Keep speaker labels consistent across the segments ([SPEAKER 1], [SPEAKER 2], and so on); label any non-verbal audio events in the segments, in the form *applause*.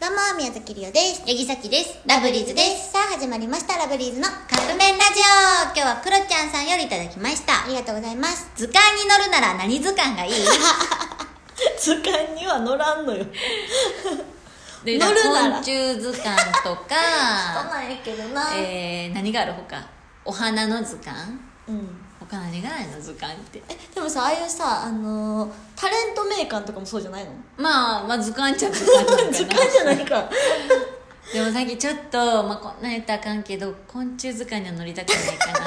[SPEAKER 1] どうも、宮崎りおです。
[SPEAKER 2] ヤギサキです。ラブリーズです。。
[SPEAKER 1] さあ、始まりました、ラブリーズの
[SPEAKER 2] カップ麺ラジオ今日はクロちゃんさんよりいただきました。
[SPEAKER 1] ありがとうございます。
[SPEAKER 2] 図鑑に乗るなら何図鑑がいい
[SPEAKER 1] 図鑑には乗らんのよ。
[SPEAKER 2] *laughs* で
[SPEAKER 1] 乗るなら
[SPEAKER 2] 昆虫図鑑と
[SPEAKER 1] 乗
[SPEAKER 2] *laughs* か、
[SPEAKER 1] ないけどな
[SPEAKER 2] えー、何がある他お花の図鑑
[SPEAKER 1] うん。
[SPEAKER 2] 他何がないの図鑑って。
[SPEAKER 1] え、でもさ、ああいうさ、あのータレント名鑑とかもそうじゃ *laughs* ないの
[SPEAKER 2] まあ、まあ図鑑っちゃ図鑑なんかな
[SPEAKER 1] 図鑑じゃないか。
[SPEAKER 2] でもさっきちょっと、まあ、こんなん言ったらあかんけど昆虫図鑑には乗りたくないかな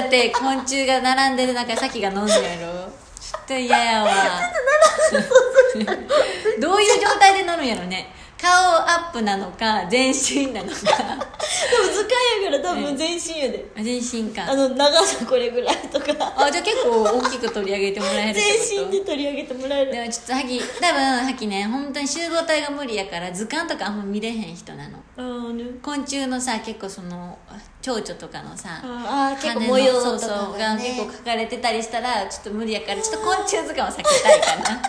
[SPEAKER 2] だって昆虫が並んでる中さっきが飲んでやろちょっと嫌やわどういう状態で乗るんやろね顔アップなのか全身なのか
[SPEAKER 1] でも図鑑やから多分全身やで。
[SPEAKER 2] 全身
[SPEAKER 1] あ
[SPEAKER 2] か
[SPEAKER 1] の、長さこれぐらいとか、
[SPEAKER 2] あじゃあ結構大きく取り上げてもらえるってこと
[SPEAKER 1] 全身で取り上げてもらえる。
[SPEAKER 2] でもちょっとハギ多分ハギね本当に集合体が無理やから図鑑とかあんま見れへん人なの
[SPEAKER 1] うんね
[SPEAKER 2] 昆虫のさ結構その蝶々とかのさ
[SPEAKER 1] あー結構
[SPEAKER 2] 羽の
[SPEAKER 1] 模様とかが,、ね、
[SPEAKER 2] そうそうが結構書かれてたりしたらちょっと無理やからちょっと昆虫図鑑を避けたいかな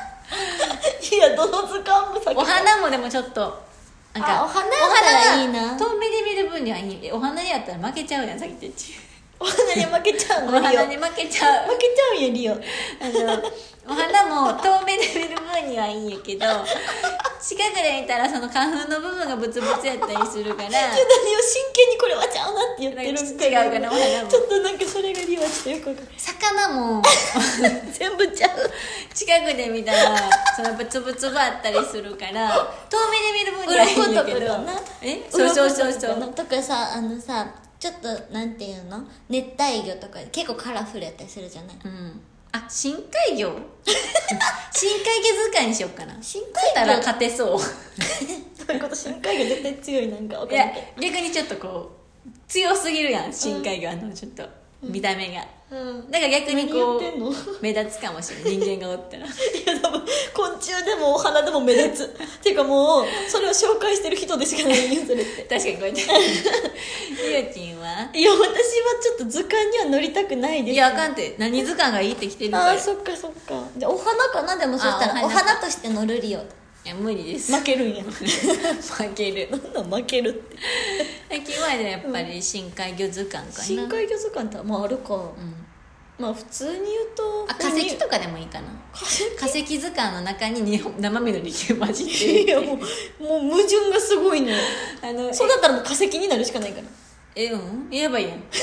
[SPEAKER 1] *laughs* いやどの図鑑も先
[SPEAKER 2] お花もでもちょっとなんか
[SPEAKER 1] あお花やったらいいな
[SPEAKER 2] お花は遠目で見る分にはいいお花にやったら負けちゃうやんさっきって
[SPEAKER 1] お花に負けちゃう
[SPEAKER 2] お
[SPEAKER 1] のリオ負
[SPEAKER 2] 花に
[SPEAKER 1] け
[SPEAKER 2] 負け
[SPEAKER 1] *laughs*
[SPEAKER 2] ちゃう
[SPEAKER 1] ちゃうんよリオ
[SPEAKER 2] あのお花も遠目で見る分にはいいんやけど近くで見たらその花粉の部分がブツブツやったり
[SPEAKER 1] *laughs*
[SPEAKER 2] す
[SPEAKER 1] ちょっと
[SPEAKER 2] るから
[SPEAKER 1] 何を真剣にこれはちゃうなって言ってる
[SPEAKER 2] なんか違うかなお花も
[SPEAKER 1] ちょっとなんかそれがリオはちょっとよくわか
[SPEAKER 2] 魚も
[SPEAKER 1] んない全部ちゃう
[SPEAKER 2] 近くで見たらそのブツブツがあったりするから遠目で見る分にはいいんだけ
[SPEAKER 1] 鱗と
[SPEAKER 2] ど
[SPEAKER 1] かな
[SPEAKER 2] えそうそうそう
[SPEAKER 1] 鱗と
[SPEAKER 2] そ
[SPEAKER 1] かな
[SPEAKER 2] う
[SPEAKER 1] とかさあのさちょっとなんていうの熱帯魚とか結構カラフルやったりするじゃない
[SPEAKER 2] うんあ深海魚 *laughs* 深海魚図鑑にしようかな
[SPEAKER 1] 深
[SPEAKER 2] た
[SPEAKER 1] 海魚
[SPEAKER 2] ら勝てそう
[SPEAKER 1] そういうこと深海魚絶対強いなんかわ
[SPEAKER 2] い
[SPEAKER 1] かんな
[SPEAKER 2] や
[SPEAKER 1] いけど
[SPEAKER 2] 逆にちょっとこう強すぎるやん深海魚あのちょっと見た目が
[SPEAKER 1] うん
[SPEAKER 2] だから逆に
[SPEAKER 1] 何
[SPEAKER 2] こ
[SPEAKER 1] 言ってんの
[SPEAKER 2] う目立つかもしれない人間がおっ
[SPEAKER 1] *laughs*
[SPEAKER 2] たら
[SPEAKER 1] いや多分昆虫でもお花でも目立つっていうかもうそれを紹介してる人でしかないよそれって
[SPEAKER 2] 確かにこうやって
[SPEAKER 1] *laughs*
[SPEAKER 2] ゆうちんはい
[SPEAKER 1] や私はちょっと図鑑には乗りたくないです
[SPEAKER 2] いやあかんって何図鑑がいいって来てるから
[SPEAKER 1] あー
[SPEAKER 2] い
[SPEAKER 1] そっかそっかじゃあお花かなでもそした
[SPEAKER 2] あ
[SPEAKER 1] ら
[SPEAKER 2] お
[SPEAKER 1] お
[SPEAKER 2] 花
[SPEAKER 1] 花として乗るリオ
[SPEAKER 2] や無理です
[SPEAKER 1] 負けるんや
[SPEAKER 2] 負ける
[SPEAKER 1] なんだ負けるって
[SPEAKER 2] 最近はやっぱり深海魚図鑑かな、
[SPEAKER 1] 深海魚図鑑ってまああるか、
[SPEAKER 2] うん
[SPEAKER 1] まあ普通に言うと
[SPEAKER 2] あ化石とかでもいいかな
[SPEAKER 1] 化石
[SPEAKER 2] 化石図鑑の中に日本生身の力が混じって
[SPEAKER 1] いや
[SPEAKER 2] る
[SPEAKER 1] もうもう矛盾がすごいね
[SPEAKER 2] あの
[SPEAKER 1] そうなったらもう化石になるしかないから
[SPEAKER 2] えうん言えばいいやん *laughs*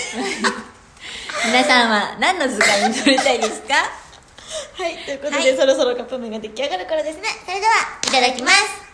[SPEAKER 2] 皆さんは何の図鑑に撮りたいですか
[SPEAKER 1] はいということで、
[SPEAKER 2] はい
[SPEAKER 1] そろそろカップ麺が出来上がるからですね
[SPEAKER 2] それではいただきます